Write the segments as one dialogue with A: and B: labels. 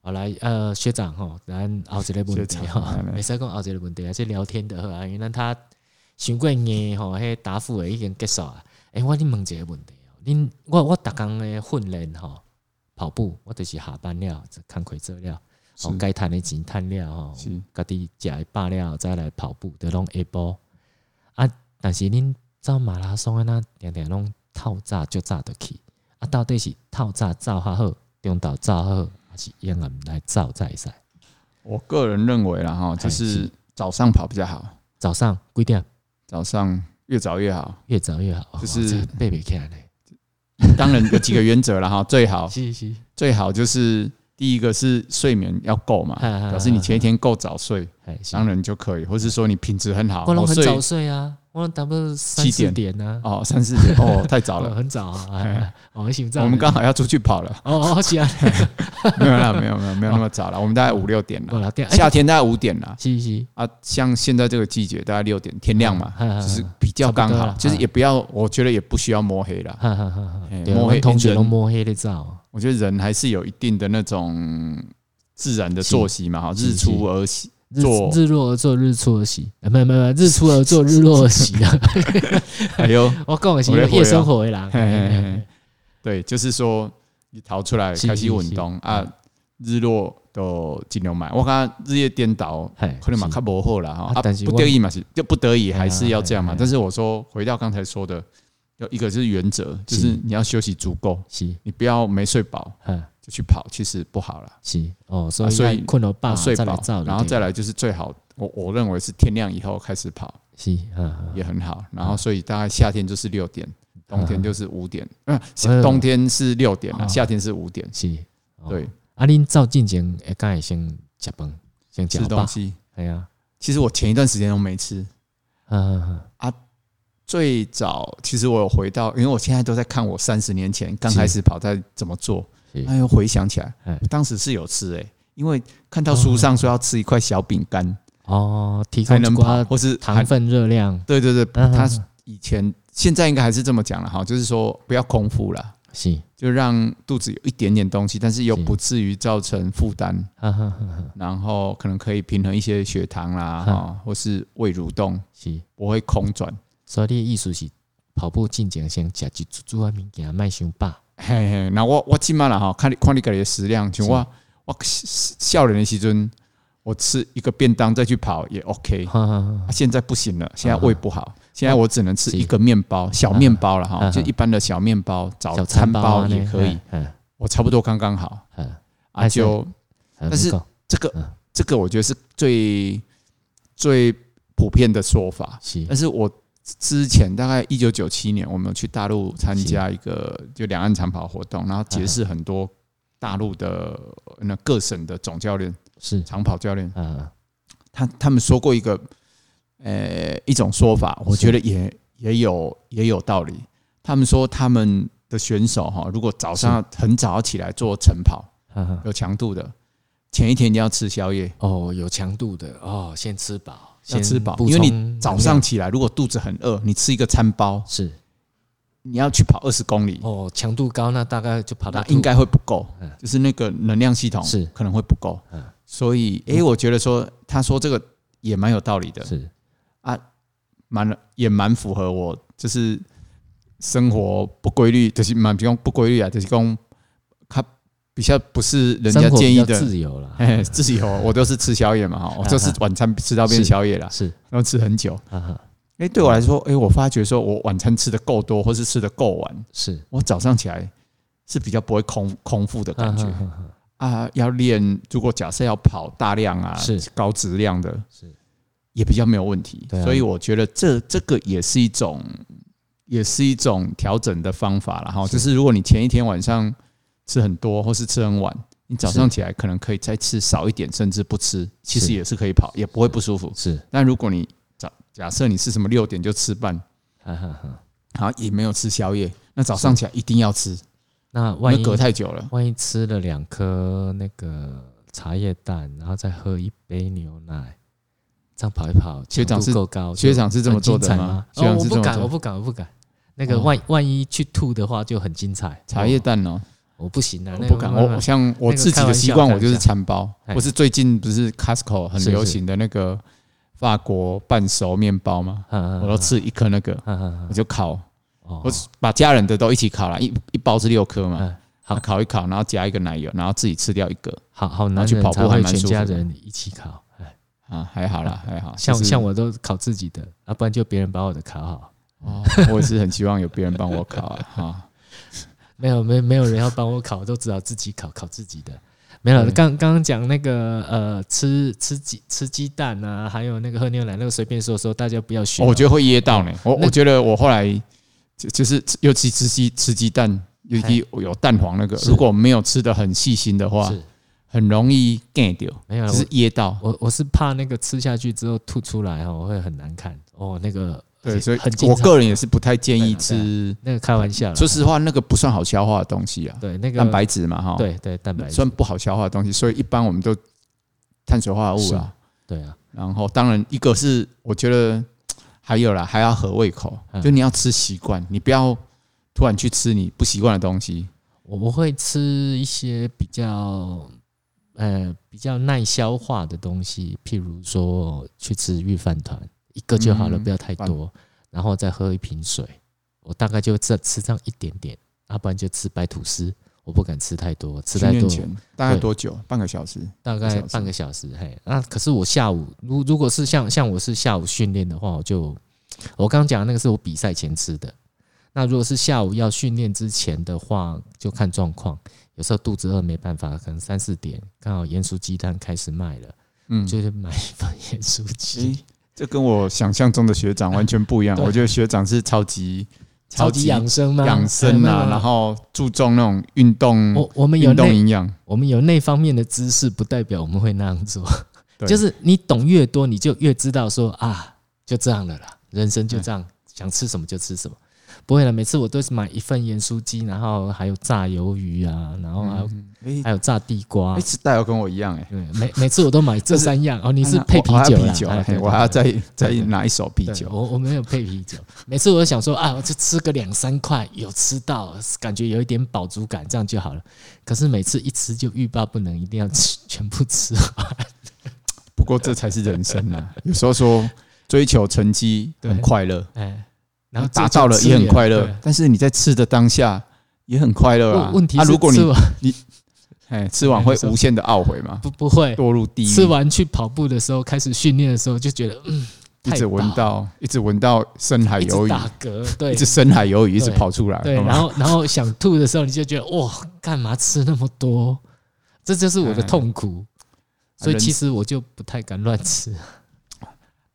A: 好来，呃，学长吼，咱后一个问题
B: 学
A: 吼
B: 长哎安，尼
A: 袂使讲后一个问题啊，这聊天的好啊，因为咱他想过硬吼，迄答复的已经结束啊。诶、我恁问一个问题哦，恁我我逐工的训练吼，跑步，我就是下班了，工课做了，吼，
B: 是
A: 该趁的钱趁了吼，
B: 是
A: 家己食一饱了再来跑步，都拢下晡啊。但是恁走马拉松的那定定拢透早就早就去啊，到底是透早走较好，中昼走较好，还是夜晚来走才会使？
B: 我个人认为啦哈，就
A: 哎
B: 是
A: 是
B: 早上跑比较好，
A: 早上几点？
B: 早上越早越好。
A: 越早越好，哦
B: 就是
A: 哇这背袂起来嘞。
B: 当然有几个原则 啦哈，最好
A: 是是，
B: 最好就是第一个是睡眠要够嘛，
A: 啊啊啊
B: 表示你前一天够早睡，
A: 哎，是
B: 当然就可以，或是说你品质很好，
A: 我拢很
B: 睡
A: 早睡啊，我拢差不多三四
B: 7
A: 点啊，
B: 哦，三四 点哦，太早
A: 哦
B: 了。
A: 很早 啊哎，哎哦，想早
B: 我
A: 呢。
B: 们刚好要出去跑 了，
A: 哦哦 是啊，
B: 没有啦，没有没有没有那么早了，我们大
A: 哦
B: 概五六点了，
A: 我来点
B: 夏天大概五点啦，
A: 哎是是，
B: 啊，像现在这个季节大概六点，天亮嘛，
A: 嗯嗯嗯
B: 就是比较刚
A: 差不多
B: 好
A: 啦，啊
B: 就是也不要，我觉得也不需要摸黑啦，
A: 哈哈哈哈
B: 哎，
A: 对啊，
B: 摸
A: 我们
B: 黑
A: 同学
B: 人
A: 拢摸黑的照，
B: 我觉得人还是有一定的那种自然的作息嘛，哈，
A: 是
B: 日出而息，
A: 日
B: 做
A: 日落而作，日出而息，啊，没有没有，没有日出而作，日落而 息啊。
B: 哎 呦，
A: 我讲的是
B: 我在回啊
A: 夜生活的人
B: 嘿嘿嘿
A: 哎
B: 嘿， 对，就是说你逃出来
A: 是
B: 开始运
A: 是
B: 动啊，日落都尽量买。我感觉日夜颠倒，
A: 哎
B: 可能嘛
A: 是
B: 较不好啦哈。
A: 啊
B: 啊，
A: 但是
B: 不
A: 我
B: 得已嘛是，就不得已
A: 哎呀
B: 还是要这样
A: 哎
B: 嘛
A: 呀。
B: 但是我说回到刚才说的，要一个就是原则，就是
A: 是
B: 你要休息足够，
A: 是，
B: 你不要没睡饱
A: 嗯
B: 就去跑，其实不好啦。
A: 是，哦，所
B: 啊
A: 以
B: 所以
A: 要困了饱
B: 要睡
A: 再来
B: 饱
A: 照，，
B: 然后再，来就是最好，我我认为是天亮以后开始跑
A: 是，嗯，嗯
B: 也很好。然后所以大概夏天就是六点。冬天就是五点，嗯，
A: 哎
B: 夏
A: 呦
B: 冬天是六点啊，
A: 啊
B: 夏天是五点，
A: 是，哦
B: 对，
A: 啊，恁照进前会敢会先食饭，先食
B: 吃东
A: 饱，
B: 西。
A: 哎呀，
B: 其实我前一段时间都没吃，
A: 嗯嗯，嗯
B: 最早其实我有回到，因为我现在都在看我三十年前刚开始跑在怎么做
A: 是，
B: 哎呦，回想起来
A: 哎，
B: 当时是有吃诶、因为看到书上说要吃一块小饼干
A: 哦，提供
B: 才
A: 一
B: 能跑，
A: 寡
B: 或是
A: 糖
B: 含，
A: 分热量，
B: 对对对，
A: 嗯嗯
B: 他
A: 嗯
B: 以前现在应该还是这么讲了哈，就是说不要空腹啦，
A: 是，
B: 就让肚子有一点点东西，但是又
A: 是
B: 不至于造成负担。
A: 哈哈哈哈，
B: 然后可能可以平衡一些血糖啦，
A: 嗯
B: 哈，或是胃蠕动
A: 是，
B: 不会空转。
A: 所以你的意思是跑步进前先食一煮煮啊物件，莫伤饱，
B: 嘿嘿，那我我即满啦吼，看你看你家己的食量，像
A: 是
B: 我我少年的时阵，我吃一个便当再去跑也 OK、
A: 哈哈哈
B: 啊。现在不行了，现在胃不好，现在我只能
A: 啊
B: 吃
A: 是
B: 一个面包，小面包了哈，
A: 嗯
B: 就一般的小面包、
A: 哈，
B: 早
A: 小
B: 餐
A: 餐
B: 包
A: 啊
B: 也
A: 呢
B: 可以，，
A: 嗯
B: 我差不多刚刚好
A: 嗯
B: 啊。
A: 还是
B: 就
A: 嗯，
B: 但是
A: 不够
B: 这个
A: 嗯
B: 这个，我觉得是最最普遍的说法。
A: 是
B: 但是我之前大概一九九七年，我们有去大陆参加一个就两岸长跑活动，然后结识很多大陆的那各省的总教练、
A: 是，
B: 长跑教练，
A: 嗯，
B: 他他们说过一个呃一种说法，我觉得也也有也有道理。他们说他们的选手哈，如果早上很早起来做晨跑，
A: 哈哈。
B: 有强度的，前一天一定要吃宵夜。
A: 哦，有强度的哦，先吃饱，
B: 要
A: 先
B: 吃饱，
A: 补
B: 因为
A: 充能
B: 你
A: 量
B: 早上起来，如果肚子很饿，你吃一个餐包，
A: 是
B: 你要去跑二十公里，
A: 哦，强度高，那大概就跑到
B: 那应该会不够
A: 嗯，
B: 就是那个能量系统
A: 是
B: 可能会不够
A: 嗯。
B: 所以，诶，我觉得说他说这个也蛮有道理的，
A: 是
B: 蛮也蛮符合我就是生活不规律，就是蛮比较不规律啊，就是讲他比较不是人家
A: 生活
B: 建议
A: 比较
B: 的。
A: 自由了，
B: 哎， 自由，我都是吃宵夜嘛，哈，我 就是晚餐吃到变
A: 是
B: 宵夜啦，
A: 是
B: 然后吃很久。
A: 啊哈
B: 诶，对我来说，诶，我发觉说我晚餐吃的够多，或是吃的够晚，
A: 是
B: 我早上起来是比较不会空空腹的感觉。
A: 啊哈哈哈
B: 啊，要练，如果假设要跑大量啊，
A: 是
B: 高质量的，
A: 是
B: 也比较没有问题。
A: 对啊
B: 所以我觉得这这个也是一种，也是一种调整的方法了哈。
A: 是
B: 就是如果你前一天晚上吃很多，或是吃很晚，你早上起来可能可以再吃少一点，甚至不吃，其实
A: 是
B: 也是可以跑，也不会不舒服。
A: 是
B: 但如果你假假设你是什么六点就吃饭，
A: 哈哈哈。
B: 然后啊也没有吃宵夜，那早上起来一定要吃，
A: 那
B: 因
A: 万
B: 为
A: 一
B: 隔太久了。
A: 万一吃了两颗那个茶叶蛋，然后再喝一杯牛奶，这样跑一跑，
B: 学长
A: 强度
B: 是
A: 够高，
B: 学长是这么做的
A: 哦很精彩
B: 吗
A: 吗？
B: 学
A: 哦，
B: 长
A: 我
B: 是这
A: 不
B: 么做
A: 敢，
B: 的
A: 我不敢，我不敢。那个
B: 哦
A: 万万一去吐的话就很精彩，
B: 茶叶
A: 哦
B: 蛋哦，
A: 我不行啊，
B: 我
A: 那个
B: 不敢。
A: 慢慢
B: 我像我
A: 那个
B: 自己
A: 开
B: 的
A: 玩
B: 习
A: 笑
B: 惯，
A: 开
B: 我
A: 玩
B: 就是
A: 笑
B: 餐包。
A: 哎
B: 不是最近不是 Costco 很
A: 是
B: 流
A: 是
B: 行的那个法国半熟面包吗？
A: 嗯嗯
B: 我都吃一颗那个，
A: 嗯嗯嗯
B: 我就烤，
A: 哦
B: 我把家人的都一起烤了，一一包是六颗嘛，
A: 嗯好
B: 啊烤一烤，然后加一个奶油，然后自己吃掉一个
A: 好好男
B: 去
A: 人
B: 跑
A: 才
B: 步还
A: 会
B: 蛮
A: 全
B: 舒
A: 家
B: 服的
A: 人一起烤，哎
B: 啊，还好啦，还好。
A: 像
B: 就是
A: 像我都烤自己的，啊，不然就别人把我的烤好。
B: 哦，我也是很希望有别人帮我烤啊。哈
A: 没有，没没有人要帮我烤，都只好自己烤，烤自己的。没有，
B: 对
A: 刚刚刚讲那个呃，吃吃鸡吃鸡蛋啊，还有那个喝牛奶，那个随便说说，大家不要学、啊
B: 哦我觉得会噎到呢。我
A: 那
B: 我觉得我后来就就是尤其吃鸡吃鸡蛋，尤其有蛋黄那个，
A: 是
B: 如果没有吃的很细心的话，
A: 是
B: 很容易 get 掉，
A: 没有啦，
B: 就是噎到。
A: 我我我是怕那个吃下去之后吐出来哦，我会很难看哦。那个
B: 对，所以
A: 很经
B: 我
A: 常
B: 个人也是不太建
A: 对
B: 议
A: 啊对啊
B: 吃。
A: 那个开玩笑啦，
B: 说实话，那个不算好消化的东西啊，
A: 对那个
B: 蛋白质嘛，哈，，
A: 对对蛋白质
B: 算不好消化的东西，所以一般我们都碳水化合物
A: 是
B: 啊。
A: 对啊，
B: 然后，当然一个是我觉得还有啦，还要合胃口，
A: 嗯
B: 就你要吃习惯，你不要突然去吃你不习惯的东西。
A: 我我会吃一些比较呃比较耐消化的东西，譬如说去吃御饭团，一个就好了，
B: 嗯
A: 不要太多，然后再喝一瓶水，我大概就这吃这样一点点，要、不然就吃白吐司，我不敢吃太多，吃
B: 训
A: 太
B: 练
A: 多
B: 前大概
A: 对
B: 多久？半个小时。
A: 大概半个小时，嘿，那可是我下午，如如果是像像我是下午训练的话，我就我刚讲的那个是我比赛前吃的，那如果是下午要训练之前的话，就看状况，有时候肚子饿没办法，可能三四点刚好盐酥鸡蛋开始卖了，
B: 嗯，
A: 就是买一份盐酥鸡，
B: 诶这跟我想象中的学长完全不一样。
A: 对
B: 我觉得学长是超级
A: 超级养生吗？
B: 养生
A: 哎没有没
B: 啊，
A: 有
B: 然后注重那种运动
A: 我我们有
B: 运动
A: 那
B: 营养。
A: 我们有那方面的知识，不代表我们会那样做，
B: 对
A: 就是你懂越多，你就越知道说啊，就这样了啦，人生就这样，想吃什么就吃什么。不会了，每次我都是买一份盐酥鸡，然后还有炸鱿鱼啊，然后还有、
B: 嗯诶
A: 还有炸地瓜。
B: 哎，大友跟我一样哎、
A: 对，每每次我都买这
B: 就是
A: 三样哦。你
B: 你
A: 是配啤酒啦
B: 啤酒，啊
A: 哎
B: 嘿
A: 对
B: 我还要
A: 对
B: 再再
A: 对
B: 拿一手啤
A: 对
B: 酒。
A: 我我没有配啤酒，每次我都想说啊，我就吃个两三块，有吃到，感觉有一点饱足感，这样就好了。可是每次一吃就欲罢不能，一定要吃全部吃完。
B: 不过这才是人生 啊！有时候说追求成绩
A: 对
B: 很快乐，
A: 哎，然后
B: 达到了也很快乐，但是你在吃的当下也很快乐啊
A: 啊问。问题
B: 啊，
A: 是
B: 如果
A: 吃
B: 你
A: 完
B: 哎吃 完会无限的懊悔嘛，
A: 不不会
B: 堕入地
A: 吃
B: 狱，
A: 完去跑步的时候，开始训练的时候就觉得嗯，
B: 一
A: 太
B: 直
A: 饱
B: 闻到一直闻到深海
A: 一
B: 鱿
A: 直
B: 鱼，
A: 打嗝，对
B: 哎一直深海鱿鱼一直
A: 对
B: 跑出来，
A: 对，
B: 好吗
A: 然后然后想吐的时候，你就觉得哇，干嘛吃那么多？这就是我的痛苦，
B: 哎
A: 所以
B: 人
A: 其实我就不太敢乱 吃。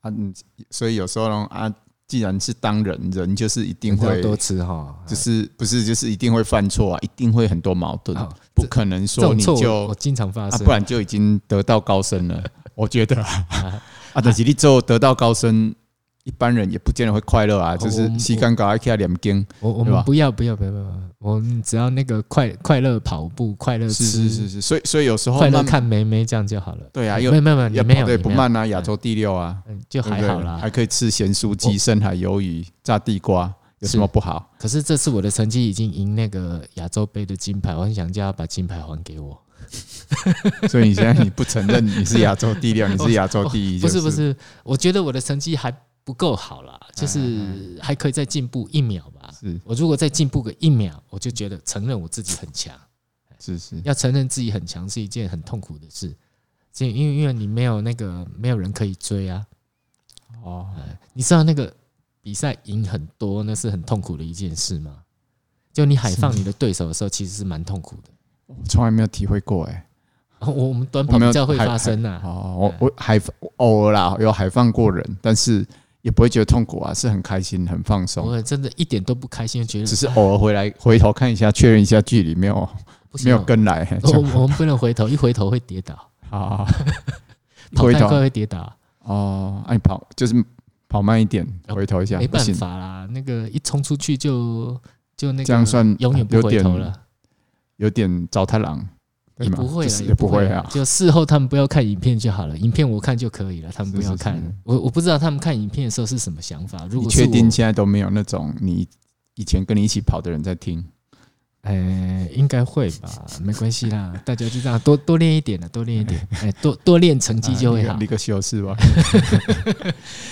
B: 啊，嗯，所以有时候呢啊，既然是当人，人就是一定
A: 要
B: 会，
A: 多吃哈，
B: 就是是不是就是一定会犯错啊，一定会很多矛盾，
A: 好
B: 不可能
A: 这
B: 说
A: 种
B: 你
A: 错
B: 就
A: 我我经常发
B: 啊，
A: 生，
B: 不然就已经得道高 升了。我觉得啊，啊，但是你之后得道高升，一般人也不见得会快乐啊。
A: 哦
B: 就是
A: 我们
B: 时间搞一下两更，
A: 我我
B: 对
A: 们
B: 吧
A: 不要不要不要不要，我们只要那个快快乐跑步，快乐
B: 是是
A: 吃
B: 是，是，所以所以有时候
A: 快乐
B: 慢
A: 看梅梅这样就好了。
B: 对啊，
A: 没有
B: 又
A: 没有没有，你
B: 要
A: 没
B: 跑
A: 有
B: 得
A: 你
B: 不
A: 没有
B: 慢啊，亚洲第六啊，
A: 嗯，就
B: 对不
A: 还
B: 对
A: 好啦
B: 还。可以吃咸酥鸡、深海鱿鱼、炸地瓜，有什么不好？
A: 可是这次我的成绩已经赢那个亚洲杯的金牌，我很想叫他把金牌还给我。
B: 所以你现在你不承认你是亚洲 第六，你是亚洲第一，
A: 不
B: 就是啊
A: 不是，我觉得我的成绩还不够好啦，就是还可以再进步一秒吧。
B: 是
A: 我如果再进步个一秒，我就觉得承认我自己很强。
B: 是是，
A: 要承认自己很强是一件很痛苦的事，因为因为因为你没有那个没有人可以追啊。
B: 哦，
A: 你知道那个比赛赢很多，那是很痛苦的一件事吗？就你海放你的对手的时候，其实是蛮痛苦的。
B: 我从来没有体会过哎。
A: 我 我们短跑
B: 我没
A: 比
B: 有
A: 较会
B: 还
A: 发生啊，
B: 哦，我我还偶尔啦，有还放过人，但是也不会觉得痛苦啊，是很开心，很放松。
A: 我真的一点都不开心，觉得
B: 只是偶尔回来回头看一下，确认一下距离没有
A: 不行
B: 没有
A: 哦
B: 跟来，
A: 我
B: 就
A: 我我们不能回头，一回头会跌倒，
B: 好好好
A: 跑
B: 回
A: 太快
B: 头
A: 会跌倒啊，
B: 哦，哎跑就是跑慢一点，
A: 哦
B: 回头一下，
A: 没
B: 不
A: 办
B: 行，
A: 法啦，那个一冲出去就就那个，
B: 这样算
A: 永远不回头了，
B: 有点糟蹋狼，对
A: 也
B: 吗
A: 不会
B: 就
A: 了，
B: 是也不会啊。
A: 就事后他们不要看影片就好了，影片我看就可以了，他们不
B: 是
A: 要
B: 是
A: 看
B: 是。
A: 我我不知道他们看影片的时候是什么想法，如
B: 你
A: 果
B: 确
A: 是
B: 定
A: 我
B: 现在都没有那种你以前跟你一起跑的人在听？
A: 哎、应该会吧，没关系啦，大家就这样多多练一点了，多练一 点，哎、多多练成绩就会好
B: 啊你。个修饰吧。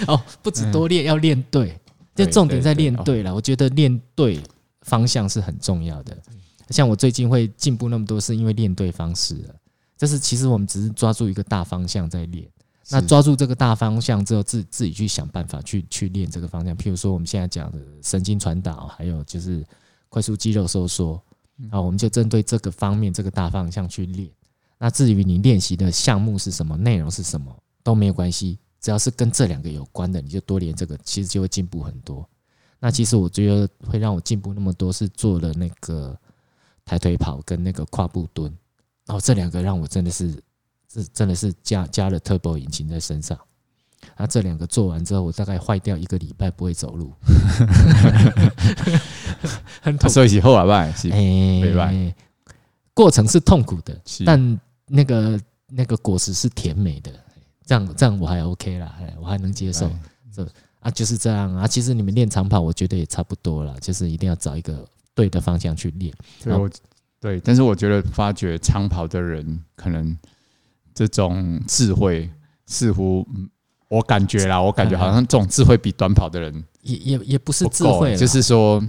A: 哦，不止多练，要练对，就
B: 对
A: 重点在练
B: 对
A: 嗯对哦了。我觉得练对方向是很重要的。像我最近会进步那么多，是因为练对方式了。就是其实我们只是抓住一个大方向在练，那
B: 是
A: 抓住这个大方向之后，自自己去想办法去去练这个方向。譬如说我们现在讲的神经传导，还有就是快速肌肉收缩，啊，我们就针对这个方面这个大方向去练。那至于你练习的项目是什么，内容是什么都没有关系，只要是跟这两个有关的，你就多练这个，其实就会进步很多。那其实我觉得会让我进步那么多，是做了那个抬腿跑跟那个跨步蹲，哦，这两个让我真的是是真的是加加了 turbo 引擎在身上。那这两个做完之后，我大概坏掉一个礼拜不会走路， 很痛
B: 啊
A: 苦。
B: 所以是后啊吧，是
A: 哎
B: 袂歹
A: 过程是痛苦的，
B: 是
A: 但那个那个果实是甜美的，这样这样我还 OK 啦，哎我还能接受
B: 哎
A: 啊，就是这样啊。其实你们练长跑，我觉得也差不多了，就是一定要找一个对的方向去练。
B: 对
A: 好
B: 我对，但是我觉得发掘长跑的人，可能这种智慧似乎，嗯我感觉啦，我感
A: 嗯
B: 觉好像这种智慧比短跑的人
A: 也也也不是
B: 不
A: 智
B: 够欸
A: 慧啦，
B: 就是说。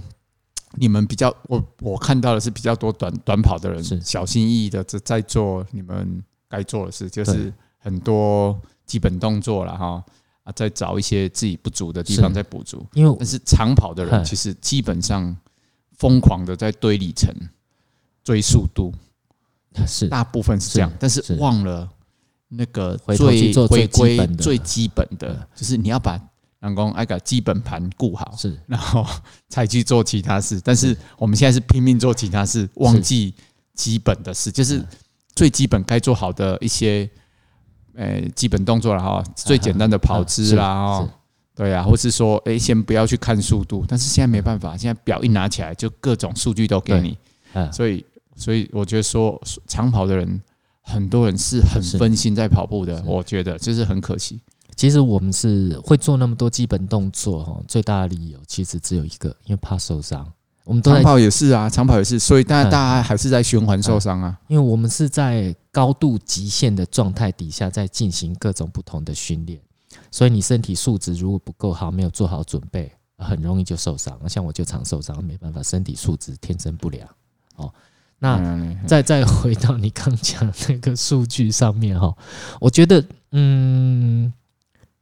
B: 你们比较，我我看到的是比较多短短跑的
A: 是
B: 人，小心翼翼的在在做你们该做的事，就
A: 对
B: 是很多基本动作了哈啊，再找一些自己不足的地方
A: 是
B: 再补足。
A: 因为我
B: 但是长跑的
A: 嗨
B: 人其实基本上疯狂的在堆里程、追速度，
A: 是
B: 大部分是这样
A: 是，
B: 但是
A: 是
B: 忘了那个
A: 回头去
B: 最
A: 做最
B: 回
A: 基
B: 归
A: 本的嗯
B: 最基本的，就是你要把南宫爱个基本盘顾好，
A: 是
B: 然后 才去做其他事。但是我们现在是拼命做其他事，忘记基本的事，就是
A: 嗯
B: 最基本该做好的一些。呃，基本动作了哈，最简单的跑姿啦，
A: 啊是
B: 哦，对啊，或是说，哎，先不要去看速度，但是现在没办法，现在表一拿起来就各种数据都给你，
A: 啊，
B: 所以，所以我觉得说长跑的人，很多人是很
A: 是
B: 分心在跑步的
A: 是，
B: 我觉得这是很可惜。
A: 其实我们是会做那么多基本动作哈，最大的理由其实只有一个，因为怕受伤。我们都在
B: 长跑也是啊，长跑也是，所以大
A: 嗯
B: 家大家还是在循环受伤啊。
A: 因为我们是在高度极限的状态底下，在进行各种不同的训练，所以你身体素质如果不够好，没有做好准备，很容易就受伤。像我就常受伤，没办法，身体素质天生不良。哦，那
B: 嗯
A: 再再回到你刚讲那个数据上面哈，我觉得嗯，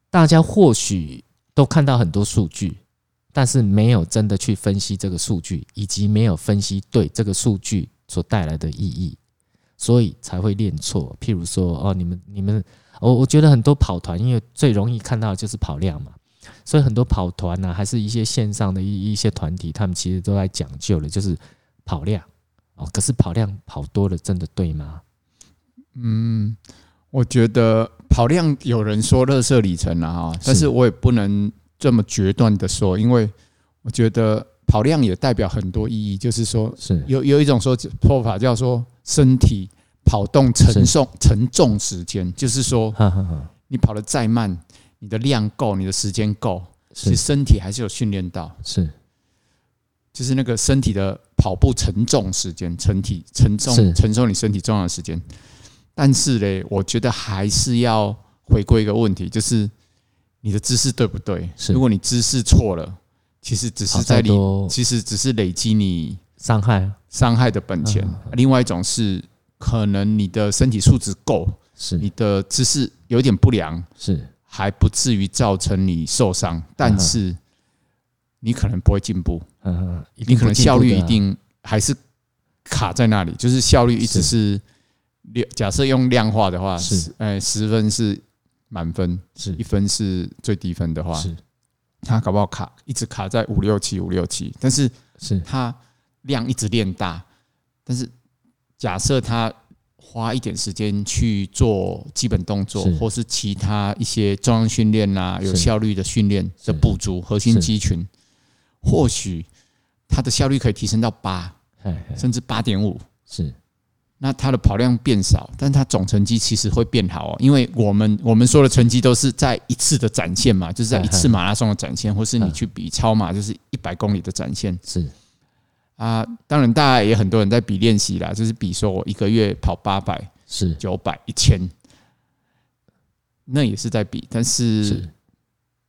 A: 大家或许都看到很多数据，但是没有真的去分析这个数据，以及没有分析对这个数据所带来的意义，所以才会练错。譬如说哦，你们你们，我我觉得很多跑团，因为最容易看到的就是跑量嘛。所以很多跑团呢、还是一些线上的一一些团体，他们其实都在讲究的，就是跑量。哦，可是跑量跑多了，真的对吗？
B: 嗯，我觉得跑量有人说乐色里程啊，哈，但
A: 是
B: 是我也不能这么决断的说，因为我觉得跑量也代表很多意义，就是说
A: 是
B: 有有一种说说法叫说身体跑动承受承重时间，就是说
A: 哈哈哈，
B: 你跑得再慢，你的量够，你的时间够，其
A: 是
B: 实身体还是有训练到，
A: 是
B: 就是那个身体的跑步承重时间，身体
A: 是
B: 承重承受你身体重要的时间。但是嘞，我觉得还是要回归一个问题，就是你的姿势对不对？
A: 是
B: 如果你姿势错了，其实只
A: 跑
B: 是在
A: 再
B: 你，
A: 多
B: 其实只是累积你
A: 伤害啊
B: 伤害的本钱
A: 嗯嗯。
B: 另外一种是，可能你的身体素质够，
A: 是
B: 你的姿势有点不良，
A: 是
B: 还不至于造成你受伤，但是你可能不会进步，
A: 嗯，嗯一
B: 你
A: 定
B: 可能
A: 会进步
B: 效率
A: 的
B: 一
A: 啊
B: 定还是卡在那里，就是效率一直是六。假设用量化的话，
A: 是
B: 十，呃，十分是满分，
A: 是
B: 一分是最低分的话，
A: 是
B: 它搞不好卡一直卡在五六七五六七，但是
A: 是
B: 它量一直练大，但是假设他花一点时间去做基本动作
A: 是，
B: 或是其他一些中央训练啦、有
A: 是
B: 效率的训练
A: 是
B: 的补足核心
A: 是
B: 肌群，或许他的效率可以提升到八，
A: 哎哎
B: 甚至八点五。
A: 是
B: 那他的跑量变少，但他总成绩其实会变好哦，因为我们我们说的成绩都是在一次的展现嘛，
A: 嗯
B: 就是在一次马拉松的展现，或是你去比超马，就是一百公里的展现。
A: 是
B: 啊，当然大家也很多人在比练习啦，就是比说我一个月跑八百、
A: 是
B: 九百、一千，那也是在比，但是
A: 是嗯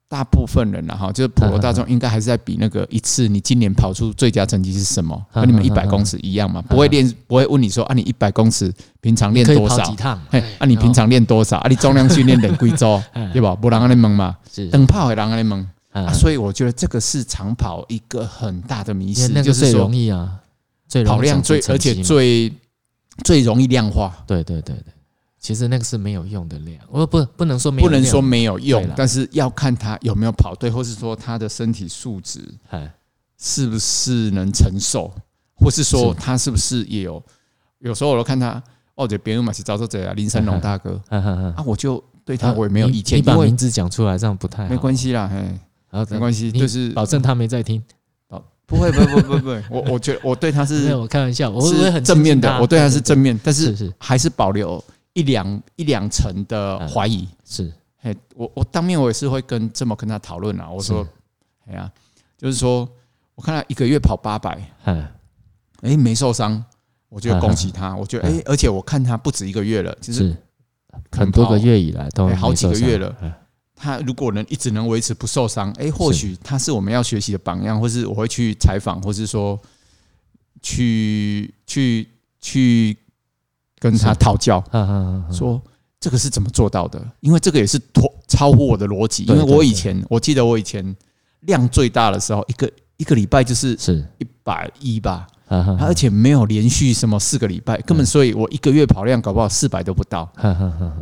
B: 大部分人啦哈，就是普罗大众应该还是在比那个一次你今年跑出最佳成绩是什么，
A: 嗯
B: 和你们一百公尺一样嘛，不会练不会问你说啊，你一百公尺平常练
A: 可以
B: 多
A: 跑
B: 少
A: 几？哎哦趟？
B: 嘿，啊，你平常练多少？啊，你重量训练练几周， 对吧？不人安尼问嘛，
A: 是
B: 等跑的人安尼问。
A: 啊
B: 啊，所以我觉得这个是长跑一个很大的
A: 因
B: 迷
A: 为
B: 失，
A: 那
B: 就
A: 个
B: 是
A: 最
B: 说
A: 容易啊，最容易
B: 跑量
A: 长出
B: 最
A: 成
B: 而且
A: 绩嘛
B: 最最容易量化，
A: 对对对对，其实那个是没有用的量，我不不能说没有
B: 不能
A: 量
B: 说没有
A: 对
B: 用
A: 啦，
B: 但是要看他有没有跑对，或是说他的身体素质
A: 哎
B: 是不是能承受，或是
A: 是
B: 说他是不是也有。有时候我都看他，哦，这别人嘛是招这这啊，林森龙大哥
A: 哈哈哈
B: 啊，我就对他我也没有
A: 嗯你
B: 意见，
A: 你把
B: 因为
A: 名字讲出来这样不太好，
B: 没关系啦，嘿，
A: 然后
B: 没关系，
A: 你
B: 就是
A: 保证他没在听。
B: 不会，不会，不会，不会， 我我觉得我对他
A: 没
B: 是
A: 有，我开玩笑，我我也
B: 是
A: 很
B: 正面
A: 亲近
B: 的，我对他是正面，但
A: 是
B: 是
A: 是嗯
B: 还是保留一两一两成的怀疑。
A: 是
B: 嘿，我我当面我也是会跟这么跟他讨论啊，我说
A: 是，
B: 哎呀，就是说我看他一个月跑八百，
A: 哎
B: 哎，没受伤，我就恭喜他。我觉得，
A: 嗯
B: 哎，而且我看他不止一个月了，其实
A: 是
B: 可
A: 很
B: 能
A: 多
B: 跑
A: 个月以来都
B: 哎好
A: 没
B: 几个
A: 受伤
B: 月了
A: 哎
B: 他如果能一直能维持不受伤，哎，或许他是我们要学习的榜样，或是我会去采访，或是说去去去跟他
A: 是
B: 讨教。
A: 哈哈哈哈
B: 说这个是怎么做到的？因为这个也是脱超乎我的逻辑。因
A: 对
B: 为我
A: 对
B: 以
A: 对
B: 前我记得我以前量最大的时候，一个一个礼拜就是
A: 是，
B: 一百一吧，
A: 哈哈哈
B: 而且没有连续什么四个礼拜，根本
A: 嗯
B: 所以我一个月跑量搞不好四百都不到
A: 哈哈哈哈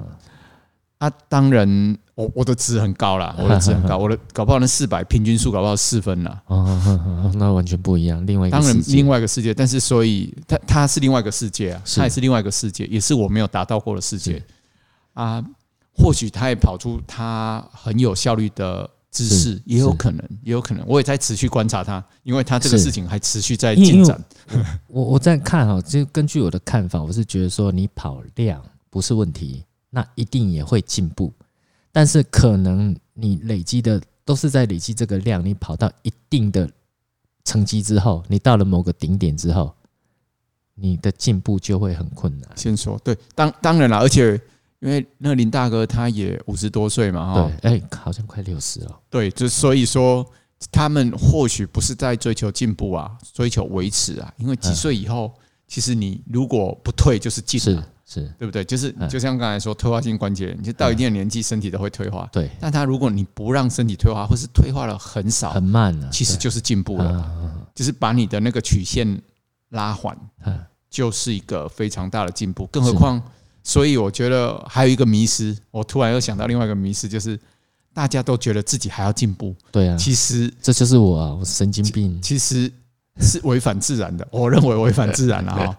B: 啊。当然，我我的值很高啦，我的值很 高，我的搞不好那四百平均数搞不好四分啦。
A: 哦哈哈哈那完全不一样，另外一个
B: 当然
A: 世，界
B: 另外一个世界，但是所以它它是另外一个世界啊，
A: 是
B: 它也是另外一个世界，也是我没有达到过的世界
A: 是
B: 啊。或许他也跑出他很有效率的姿势
A: 是，
B: 也有
A: 是
B: 可能，也有可能。我也在持续观察他，因为他这个
A: 是
B: 事情还持续在
A: 因为
B: 进
A: 因为
B: 展。
A: 我我在看哈、就根据我的看法，我是觉得说你跑量不是问题，那一定也会进步，但是可能你累积的都是在累积这个量，你跑到一定的成绩之后，你到了某个顶点之后，你的进步就会很困难。
B: 先说对，当当然了，而且因为那林大哥他也五十多岁嘛，哈，
A: 对，哎、好像快六十了，
B: 对，就所以说他们或许不是在追求进步啊，追求维持啊，因为几
A: 嗯
B: 岁以后，其实你如果不退就是进啊
A: 是是，
B: 对不对？就是
A: 嗯
B: 就像刚才说，退化性关节炎，你就到一定的年纪，身体都会退化。
A: 对，
B: 但他如果你不让身体退化，或是退化了很少
A: 嗯很，慢啊，
B: 其实
A: 对
B: 就是进步
A: 啊
B: 了，
A: 啊
B: 就是把你的那个曲线拉缓，
A: 啊啊
B: 就是一个非常大的进步。更
A: 是
B: 何况，所以我觉得还有一个迷失，我突然又想到另外一个迷失，就是大家都觉得自己还要进步，
A: 对啊，
B: 其实
A: 这就是我啊，我神经病。
B: 其实是违反自 然的。我认为违反自然了啊哈。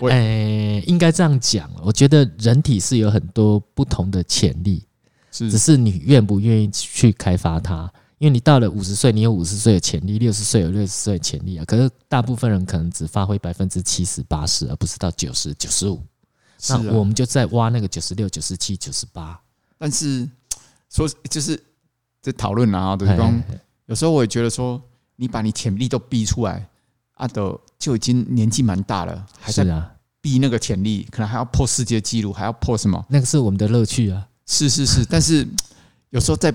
B: 会
A: 诶、呃应该这样讲，我觉得人体是有很多不同的潜力，只
B: 是
A: 是你愿不愿意去开发它。因为你到了五十岁，你有五十岁的潜力，六十岁有六十岁的潜力啊。可是大部分人可能只发挥百分之七十、八十，而不是到九十、九十五。
B: 是
A: 那
B: 啊
A: 我们就在挖那个九十六、九十七、九十八。
B: 但是说就是在讨论啊，就是讲
A: 嘿嘿
B: 有时候我也觉得说，你把你潜力都逼出来，阿德就已经年纪蛮大了，还
A: 是
B: 在
A: 啊，
B: 逼那个潜力，可能还要破世界纪录，还要破什么？
A: 那个是我们的乐趣啊。
B: 是 是是，但是有时候在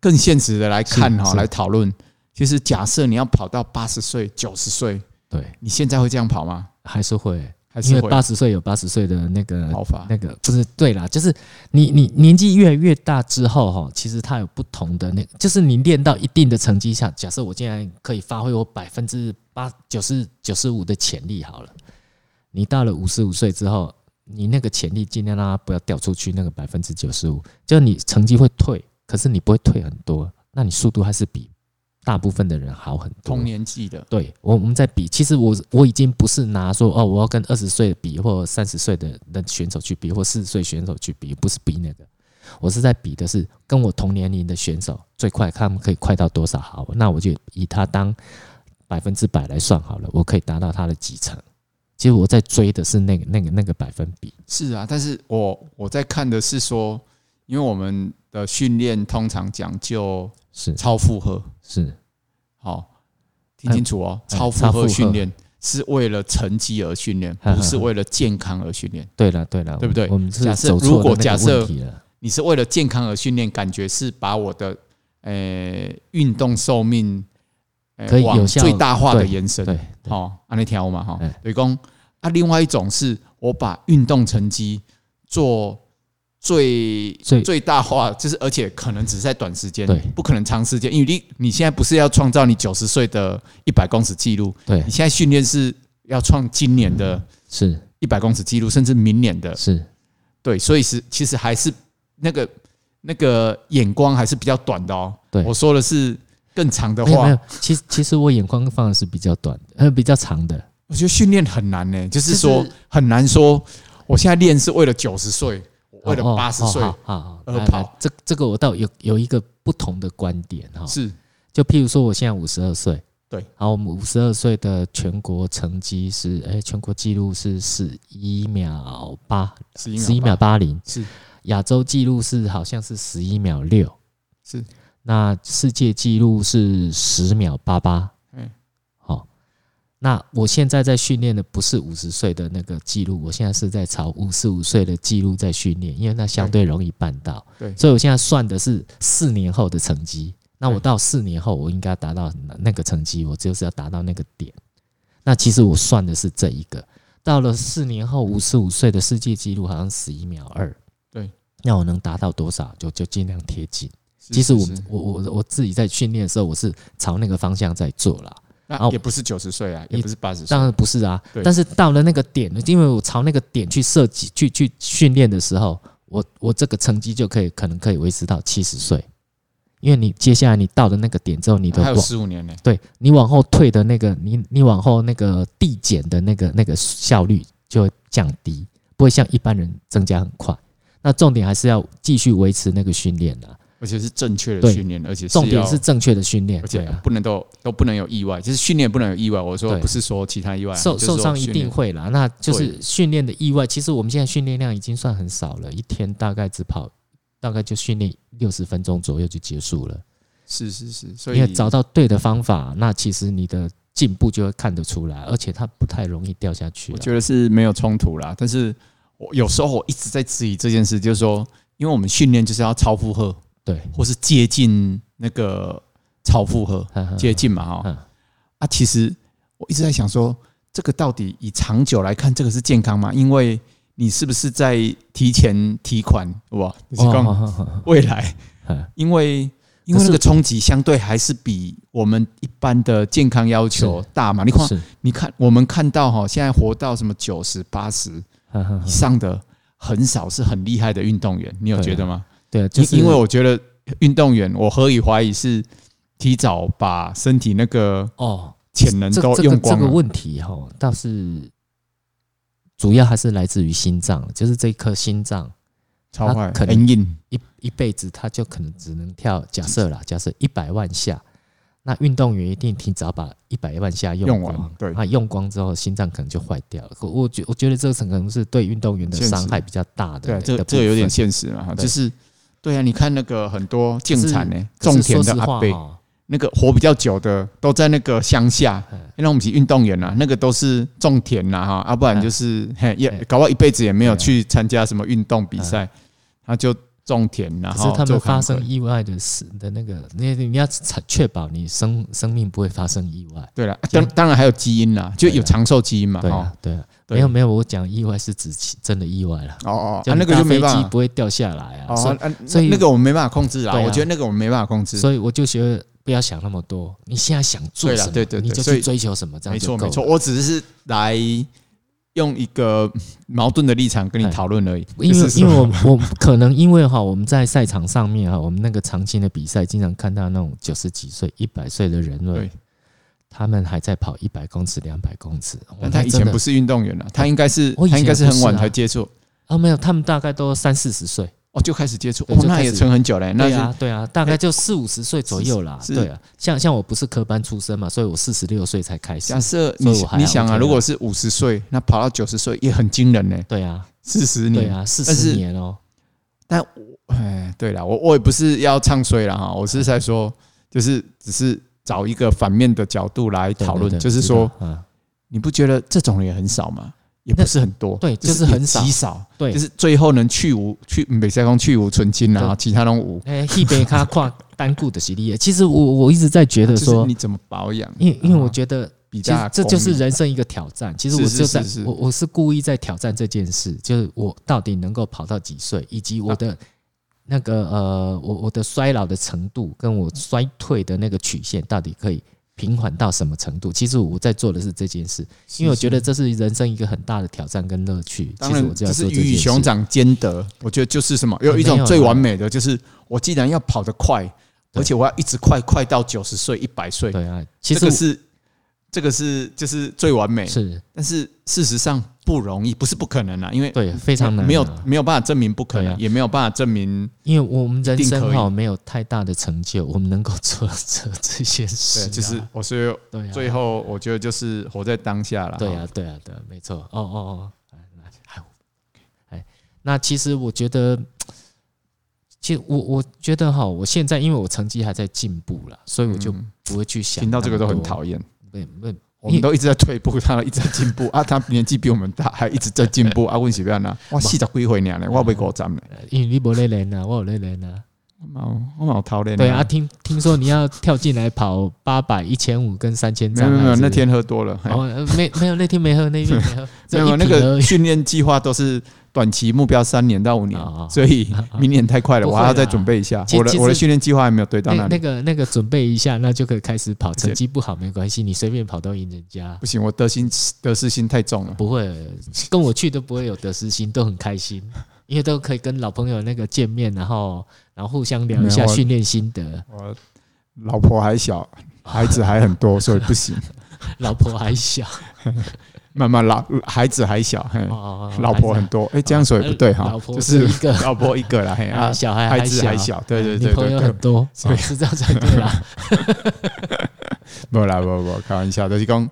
B: 更现实的来看
A: 是
B: 哈，
A: 是
B: 来讨论，其实假设你要跑到八十岁、九十岁，
A: 对，
B: 你现在会这样跑吗？
A: 还是会，
B: 还
A: 因
B: 是
A: 为
B: 会
A: 八十岁有八十岁的那个
B: 跑法？
A: 那个不是对啦，就是你你年纪越来越大之后哈，其实它有不同的那，就是你练到一定的成绩下，假设我竟然可以发挥我百分之八九十九十五的潜力好了，你到了五十五岁之后，你那个潜力尽量让它不要掉出去那个百分之九十五，就你成绩会退，可是你不会退很多，那你速度还是比大部分的人好很多
B: 同。年纪的
A: 对我我们在比，其实我我已经不是拿说哦，我要跟二十岁的比，或三十岁的的选手去比，或四十岁选手去比，不是比那个，我是在比的是跟我同年龄的选手最快，他们可以快到多少好，那我就以他当百分之百来算好了，我可以达到他的几成。其实我在追的是那个那个那个百分比，
B: 是啊，但是我我在看的是说，因为我们的训练通常讲究
A: 是
B: 超负荷，
A: 是
B: 好、听清楚哦，
A: 嗯
B: 超负
A: 超负荷
B: 荷训练是为了成绩而训练，
A: 嗯
B: 不是为了健康而训练。
A: 对了对了，
B: 对不对
A: 我们是
B: 假设
A: 走
B: 如
A: 错
B: 果
A: 了那
B: 假
A: 个
B: 设
A: 问题了，
B: 你是为了健康而训练，感觉是把我的呃运动寿命呃
A: 可以
B: 往
A: 有效
B: 最大化的
A: 对
B: 延伸。
A: 对，对
B: 好，安尼听有嘛哈
A: 嗯，
B: 就是讲啊，另外一种是我把运动成绩做最
A: 最
B: 最大化，就是而且可能只是在短时间，
A: 对
B: 不可能长时间，因为你你现在不是要创造你九十岁的一百公尺记录，
A: 对
B: 你现在训练是要创今年的
A: 是
B: 一百公尺记录，甚至明年的，
A: 是，
B: 对，所以是其实还是那个那个眼光还是比较短的哦。
A: 对
B: 我说的是更长的
A: 没有没
B: 话
A: 有，，其实其实我眼光放的是比较短的，呃，比较长的，
B: 我觉得训练很难呢、就是
A: 就是
B: 说很难说，我现在练是为了九十岁，我为了
A: 哦
B: 八十岁
A: 哦好好好，
B: 而
A: 来
B: 跑
A: 来这这个我倒有有一个不同的观点哈，
B: 是
A: 就譬如说我现在五十二岁，
B: 对
A: 然后我们五十二岁的全国成绩是，哎，全国纪录是十一秒八，
B: 十一
A: 十一
B: 秒
A: 秒
B: 吧，
A: 八零，
B: 是
A: 亚洲纪录是好像是十一秒六，
B: 是
A: 那世界纪录是十秒八八，
B: 嗯
A: 嗯，好、那我现在在训练的不是五十岁的那个记录，我现在是在朝五十五岁的记录在训练，因为那相对容易办到。
B: 对
A: 所以我现在算的是四年后的成绩。那我
B: 对
A: 到四年后，我应该达到哪那个成绩，我就是要达到那个点。那其实我算的是这一个。到了四年后，五十五岁的世界纪录好像十一秒二。
B: 对，
A: 那我能达到多少，就就尽量贴近。
B: 是
A: 其实我
B: 是是
A: 我我我自己在训练的时候，我是朝那个方向在做啦。
B: 那
A: 啊
B: 也不是九十岁啊，
A: 也
B: 也不是八十岁
A: 当，然不是啊
B: 对，
A: 但是到了那个点，因为我朝那个点去设计、去去训练的时候，我我这个成绩就可以可能可以维持到七十岁，因为你接下来你到了那个点之后，你的
B: 还有
A: 往
B: 十五年呢、
A: 对你往后退的那个，你你往后那个递减的那个那个效率就会降低，不会像一般人增加很快。那重点还是要继续维持那个训练啊，
B: 而且是正确的
A: 对
B: 训练，而且
A: 重点
B: 要
A: 是正确的训练，
B: 而
A: 对
B: 且
A: 啊。
B: 不能都都不能有意外，就是训练不能有意外。我说
A: 对
B: 不是说其他意外，啊
A: 受
B: 就是说
A: 受伤一
B: 训练
A: 定会啦，那就是
B: 对
A: 训练的意外。其实我们现在训练量已经算很少了，一天大概只跑，大概就训练六十分钟左右就结束了。
B: 是是是，所
A: 因为
B: 以
A: 找到对的方法，那其实你的进步就会看得出来，而且它不太容易掉下去啊
B: 我
A: 啦。
B: 觉得是没有冲突啦。但是我有时候我一直在质疑这件事，就是说，因为我们训练就是要超负荷，
A: 对，
B: 或是接近那个超负荷，
A: 呵呵
B: 接近嘛哈、
A: 嗯
B: 啊，其实我一直在想说，这个到底以长久来看，这个是健康吗？因为你是不是在提前提款，哇，就是
A: 哦
B: 讲
A: 呵呵呵
B: 未来，
A: 呵
B: 因为因为
A: 可是
B: 那个冲击相对还是比我们一般的健康要求大嘛。你看，
A: 是
B: 你看，我们看到哈，现在活到什么九十八十
A: 呵呵
B: 以
A: 呵
B: 上的，很少是很厉害的运动员，你有
A: 对啊
B: 觉得吗？
A: 对，就
B: 因
A: 是
B: 因为我觉得运动员，我何以怀疑是提早把身体那个
A: 哦，
B: 潜能
A: 这
B: 都
A: 这个
B: 用光啊
A: 这个
B: 了。
A: 问题哈、倒是主要还是来自于心脏，就是这一颗心脏。
B: 超快
A: 他，可能
B: 很硬，
A: 一一辈子他就可能只能跳，假设啦，假设一百万下，那运动员一定提早把一百万下用
B: 用
A: 光，
B: 完对
A: 啊，用光之后心脏可能就坏掉了。可我觉我觉得这个可能是对运动员的
B: 现实
A: 伤害比较大
B: 对
A: 的的
B: 啊，
A: 部分，
B: 这这有点现实嘛，哈
A: 对
B: 就是对啊，你看那个很多建产呢，
A: 可
B: 种
A: 是
B: 田
A: 说
B: 的
A: 实
B: 阿
A: 话
B: 伯，
A: 哦
B: 那个活比较久的都在那个乡下
A: 嗯，
B: 那我们是运动员啊，那个都是种田啦哈，啊不然就是嘿也
A: 嗯
B: 搞不好一辈子也没有
A: 对啊
B: 去参加什么运动比赛，他就种田然
A: 可是
B: 后
A: 他
B: 做
A: 们
B: 工
A: 发生
B: 作
A: 意外的事的那个，你你要确保你生生命不会发生意外。
B: 对了，啊当当然还有基因啦，就
A: 对啊
B: 有长寿基因嘛
A: 对
B: 哈
A: 啊，对啊，
B: 对
A: 没有没有，我讲意外是指其真的意外了，
B: 哦哦，
A: 就
B: 啊那个
A: 搭
B: 就没
A: 飞
B: 办
A: 机
B: 法
A: 不会掉下来啊，所以
B: 哦，啊
A: 所以
B: 那个我们没办法控制啦，
A: 对啊
B: 我觉得那个我们没办法控制，
A: 所以我就觉得不要想那么多，你现在想做
B: 对啦
A: 什么，
B: 对对对
A: 你就
B: 所以
A: 去追求什么，这样
B: 没
A: 就
B: 错
A: 够
B: 没错，
A: 了。
B: 我只是来用一个矛盾的立场跟你
A: 哎
B: 讨论而已，
A: 因
B: 就
A: 为
B: 是说
A: 因为我我 可能因为哈我们在赛场上面哈，我们那个长期的比赛，经常看到那种九十几岁、一百岁的人
B: 对
A: 类，他们还在跑一百公尺、两百公尺。
B: 但他以前不
A: 是
B: 是运动员了，啊他应该是
A: 哦我以
B: 他
A: 前
B: 应该是
A: 也不
B: 很
A: 是
B: 晚
A: 啊
B: 才接触。
A: 啊，没有，他们大概都三四十岁。
B: 哦，就开始接触，
A: 对
B: 哦，
A: 就
B: 那
A: 开
B: 也
A: 始
B: 存很久嘞，那
A: 对
B: 是哎
A: 啊，对啊，大概就四五十岁左右啦。
B: 是是
A: 对啊，像像我不是科班出身嘛，所以我四十六岁才开始
B: 假。设
A: 所
B: 你
A: 以我还
B: 你
A: 好
B: 想啊，
A: ，OK 啊
B: 如果是五十岁，那跑到九十岁也很惊人呢，
A: 对啊，
B: 四十
A: 对
B: 年。
A: 啊，四
B: 但是
A: 十年哦，
B: 哎，对了，我我也不是要唱衰了哈，我是在说，就是只是找一个反面的角度来
A: 对
B: 讨
A: 对
B: 论，
A: 对
B: 就是
A: 知道
B: 说，
A: 嗯，
B: 你不觉得这种人也很少吗？也不是很多，
A: 对
B: 就
A: 就是很
B: 也
A: 少
B: 极少，
A: 对，
B: 就是最后能去无去嗯北塞公去无存金啊，
A: 对
B: 其他都无。
A: 哎，一边他跨单顾的系列，其实我我一直在觉得
B: 啊就是
A: 说，
B: 你啊怎么保养？
A: 因为因为我
B: 得
A: 觉得
B: 比
A: 其实
B: 较
A: 这就是人生一个挑战。其实
B: 是
A: 我
B: 是
A: 就在
B: 是是
A: 我我是故意在挑战这件事，就是我到底能够跑到几岁，以及我
B: 啊
A: 的那个呃，我我的衰老的程度跟我衰退的那个曲线到底可以平缓到什么程度。其实我在做的是这件事，因为我觉得这是人生一个很大的挑战跟乐趣。
B: 当
A: 其实
B: 然
A: 我就
B: 就
A: 要
B: 是
A: 做这
B: 与
A: 件
B: 熊
A: 事。哦
B: 掌兼得。我觉得就是什么，有一
A: 没有
B: 种
A: 啦
B: 最完美的就是，我既然要跑得快，
A: 对
B: 而且我要一直快快到九十岁、一百岁，
A: 对啊，其
B: 这
A: 实
B: 个
A: 我
B: 是这个是就是最完美。
A: 是
B: 但是事实上不容易，不是不可能啊，因为
A: 对非常难啊，
B: 没有没有办法证明不可
A: 对
B: 能
A: 啊，
B: 也没有办法证明
A: 因为我们人
B: 一定
A: 生
B: 可以
A: 哈没有太大的成就，我们能够做这这些事、
B: 对，
A: 啊，
B: 就是我所以
A: 对啊，
B: 最后我觉得就是活在当下了。
A: 对啊，对啊，对啊，没错。哦哦哦，哎那哎，那其实我觉得，其实我我觉得哈，我现在因为我成绩还在进步啦，所以
B: 嗯，
A: 我就不会去想、
B: 听到这个都很讨厌。
A: 厌，不不
B: 我们都一直在退步， 他一直在进步啊！他年纪比我们大，还一直在进步啊！问是要呢？我四十几岁年呢，我未五十呢，
A: 因为你不累人啊，我有累人啊。
B: 我嘛有我嘛有头咧。
A: 对啊，，听听说你要跳进来跑八百、一千五跟三千
B: 没有
A: 障
B: 没有没有，
A: 碍是不是
B: 那天喝多了，嘿
A: 哦呃没没有那天没喝，那天没喝，
B: 没
A: 只
B: 有
A: 一
B: 那
A: 瓶而
B: 个
A: 已
B: 训练计划都是短期目标三年到五年
A: 哦哦，
B: 所以明年太快了，
A: 不
B: 我
A: 会
B: 还要再
A: 啦
B: 准备一下。
A: 其
B: 我的
A: 其
B: 我的
A: 实
B: 训练计划还没有对到
A: 那
B: 那
A: 那
B: 里，
A: 个那个准备一下，那就可以开始跑。
B: 且
A: 成绩不好没关系，你随便跑都赢人家
B: 不，行，我得心得失心太重了。
A: 不会跟我去都不会有得失心，都很开心，因为都可以跟老朋友那个见面，然后然后互相聊一
B: 没
A: 下
B: 有我
A: 训练心得。
B: 我老婆还小，孩子还很 多，所以不行。
A: 老婆还小，
B: 慢慢老孩子还小，嘿，
A: 哦
B: 老婆很多，哎，这样说也不对
A: 呃
B: 哈
A: 老，婆
B: 就是
A: 是一个，
B: 老婆一个啦，嘿啊
A: 啊，小孩
B: 孩子
A: 小，
B: 还小，对对对
A: 女朋友
B: 对对
A: 很，多，
B: 所以
A: 哦是这样才对啦。
B: 没有啦，没有没有，开玩笑，就是讲，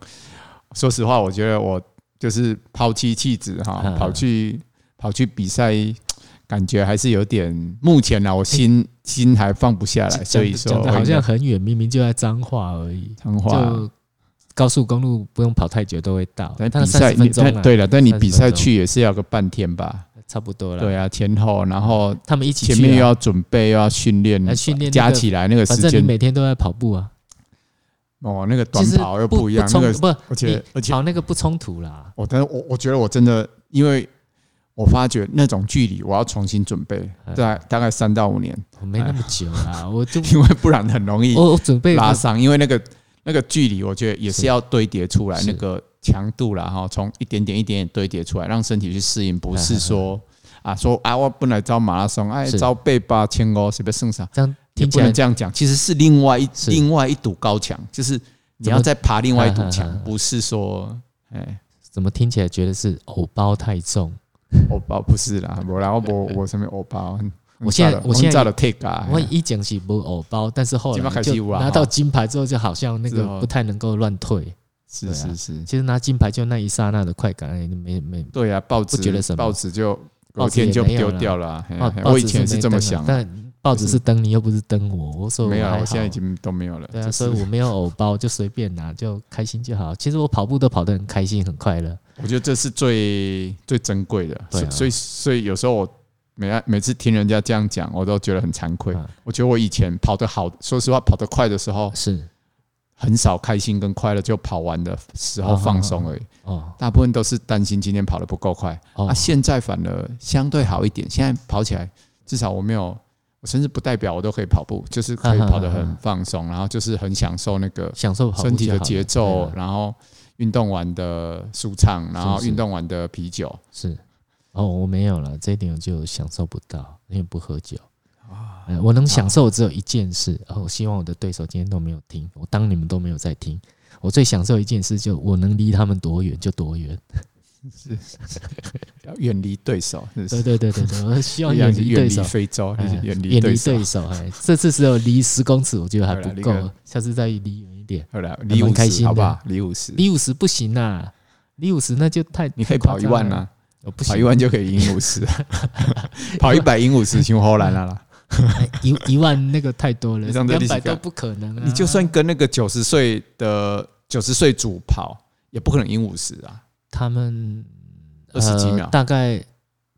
B: 说实话，我觉得我就是抛妻弃子哈
A: 嗯，
B: 跑去跑去比赛，感觉还是有点，目前呢，我心心还放不下 来，所以说
A: 讲哎的好像很远，明明就在彰化而已，
B: 长话。
A: 就高速公路不用跑太久都会到，
B: 但
A: 大概
B: 比赛
A: 30分钟
B: 你
A: 啦，
B: 对了，但你
A: 30
B: 比赛
A: 分钟
B: 去也是要个半天吧？
A: 差不多了。
B: 对啊，前后，然后
A: 他们一起去
B: 前
A: 啊
B: 面又要准备，又要训练
A: 来，训练那个
B: 加起来那个
A: 反
B: 时
A: 正你
B: 间
A: 每天都在跑步啊，
B: 哦，那个
A: 其
B: 短
A: 实
B: 跑又不一样，那
A: 冲
B: 个
A: 不，
B: 而且而且
A: 跑那个不冲突啦。
B: 我哦但是我我觉得我真的，因为我发觉那种距离，我要重新准备，
A: 嗯
B: 大大概三到五年，
A: 我没那么久啦，我就
B: 因为不然很容易
A: 我我准备
B: 哎拉伤。因为那个那个距离，我觉得也是要堆叠出来
A: 是
B: 那个强度啦，哈，从一点点一点点堆叠出来，让身体去适应，不是说啊说啊我本来招马拉松，哎
A: 哎是
B: 招背八千五，随便剩啥，
A: 这样
B: 也
A: 听起
B: 不
A: 来
B: 能这样讲，其实是另外一
A: 是
B: 另外一堵高墙，就是你要再爬另外一堵
A: 嗯嗯嗯
B: 墙
A: 嗯，
B: 不是说哎。
A: 怎么听起来觉得是偶包太重？
B: 欧巴不是啦，我啦，我我我什么欧巴？
A: 我现在我现在
B: 的 take 啊，
A: 我以前是不偶包，但是后
B: 现在
A: 来
B: 开始有
A: 就
B: 啊
A: 拿到金牌之后，就好像那
B: 是
A: 个
B: 哦
A: 不太能够乱退。
B: 是
A: 啊
B: 是是，
A: 其实拿金牌就那一刹那的快感，哎没没
B: 对啊，报纸
A: 不觉得什么
B: 报纸就
A: 报
B: 隔
A: 纸也
B: 天就
A: 没有
B: 丢
A: 啦
B: 掉了啊。嘿
A: 报
B: 啊嘿
A: 报
B: 我以
A: 纸
B: 前
A: 没
B: 这
A: 登
B: 么
A: 啊
B: 想，
A: 但报纸是登你，又不是登我。我说
B: 没有啦，
A: 还
B: 我现在
A: 好
B: 已经都没有了。
A: 对啊，
B: 就
A: 所以
B: 是
A: 我没有偶包，就随便拿，就开心就好。其实我跑步都跑得很开心，很快乐。
B: 我觉得这是最最珍贵的。
A: 对啊
B: 所所以所以有时候我每每次听人家这样讲，我都觉得很惭愧
A: 啊。
B: 我觉得我以前跑得好，说实话跑得快的时候，
A: 是
B: 很少开心跟快乐，就跑完的时候
A: 哦哦
B: 放
A: 哦
B: 松而已。
A: 哦
B: 大部分都是担心今天跑得不够快。
A: 哦、
B: 啊，现在反而相对好一点，现在跑起来至少我没有，我甚至不代表我都可以跑步，就是可以跑得很 放松，然后就是很享受那个
A: 享受跑步
B: 身体
A: 就
B: 的
A: 好了
B: 节奏
A: 对，啊
B: 然后运动完的舒畅，然后
A: 是是
B: 运动完的啤酒。
A: 是哦，我没有了，这一点我就享受不到，因为不喝酒。
B: 啊
A: 呃我能享受只有一件事，哦，我希望我的对手今天都没有听，我当你们都没有在听。我最享受一件事，就我能离他们多远就多 远。
B: 要远离对手，是不
A: 对
B: 是？
A: 对对对对，我希望
B: 要
A: 远离对手，
B: 非洲，
A: 哎
B: 远离
A: 远
B: 对
A: 离
B: 手
A: 对。手。哎，这次只有离十公尺，我觉得还
B: 对啦
A: 不
B: 离
A: 够
B: 个，
A: 下次再离远一点。
B: 好了，离
A: 蛮
B: 五
A: 开
B: 十
A: 心的
B: 好不好？离五十，
A: 离五十不行啦，离五十那就太
B: 你可
A: 太
B: 以
A: 夸
B: 跑一
A: 张
B: 万
A: 了
B: 啊，
A: 我不
B: 跑一
A: 行，
B: 万就可以赢五十，跑一百赢五十，像荷兰啊啦。
A: 哎一一万那个太多了，
B: 你这样对
A: 两
B: 得起
A: 百
B: 干
A: 都不可能、啊。
B: 你就算跟那个九十岁的九十岁主跑，也不可能赢五十啊，
A: 他们
B: 二十几
A: 呃
B: 秒，
A: 大概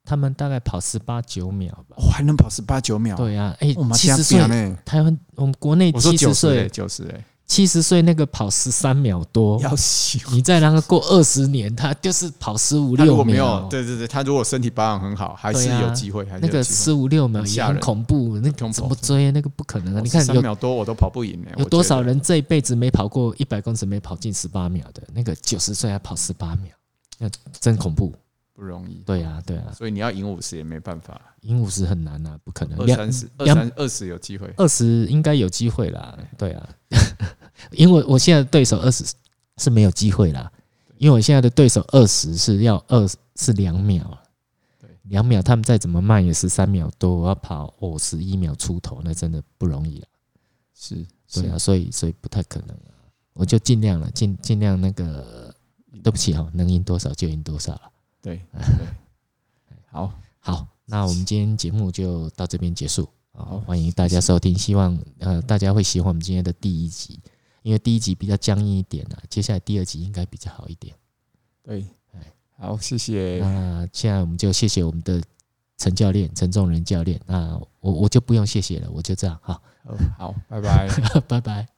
A: 他们大概跑十八九秒吧。
B: 哇，还能跑十八九秒，，哦
A: 对啊，哎、
B: 我们
A: 七十岁
B: 呢，
A: 台湾我们国内
B: 我说
A: 七
B: 九
A: 十
B: 十嘞，
A: 岁，哦
B: 九十嘞，
A: 七十岁那个跑十三秒多，
B: 要死。
A: 你再让他过二十年，他就是跑十五
B: 他如
A: 六
B: 果没
A: 秒
B: 有，，对对对，他如果身体保养很好，还是
A: 对啊
B: 有机会，还是
A: 那
B: 有
A: 个
B: 机
A: 十五六秒
B: 很
A: 也
B: 吓
A: 很
B: 人
A: 恐怖，那
B: 恐怖
A: 怎么追？那个不可能
B: 会。
A: 啊！你看
B: 哦三
A: 有
B: 秒多我都跑不赢嘞，
A: 有
B: 哎我
A: 多
B: 觉
A: 少
B: 得？
A: 人这一辈子没跑过一百公尺没跑进十八秒的，那个九十岁还跑十八秒，那真恐怖。
B: 不容易，
A: 对啊，对啊，
B: 所以你要赢五十也没办法，
A: 赢五十很难啊，不可能。
B: 二
A: 两
B: 三十、二
A: 两
B: 三二十有机会。
A: 二十应该有机会啦，对啊， 因为我现在的对手二十是没有机会啦，因为我现在的对手二十是要二是两秒啊
B: 对，
A: 两秒他们再怎么慢也是三秒多，我要跑哦十一秒出头，那真的不容易啦，啊
B: 是，
A: 对
B: 是
A: 啊，所以所以不太可能啊，我就尽量了，尽尽量那个，对不起哈、能赢多少就赢多少了。
B: 对， 对好，
A: 好，那我们今天节目就到这边结束。好
B: 好，
A: 欢迎大家收听，希望呃大家会喜欢我们今天的第一集，因为第一集比较僵硬一点啊，接下来第二集应该比较好一点。
B: 对
A: 哎，
B: 好，谢谢，
A: 那现在我们就谢谢我们的陈教练、陈仲仁教练。那我我就不用谢谢了，我就这样好，
B: 哦好，拜拜。
A: 拜拜。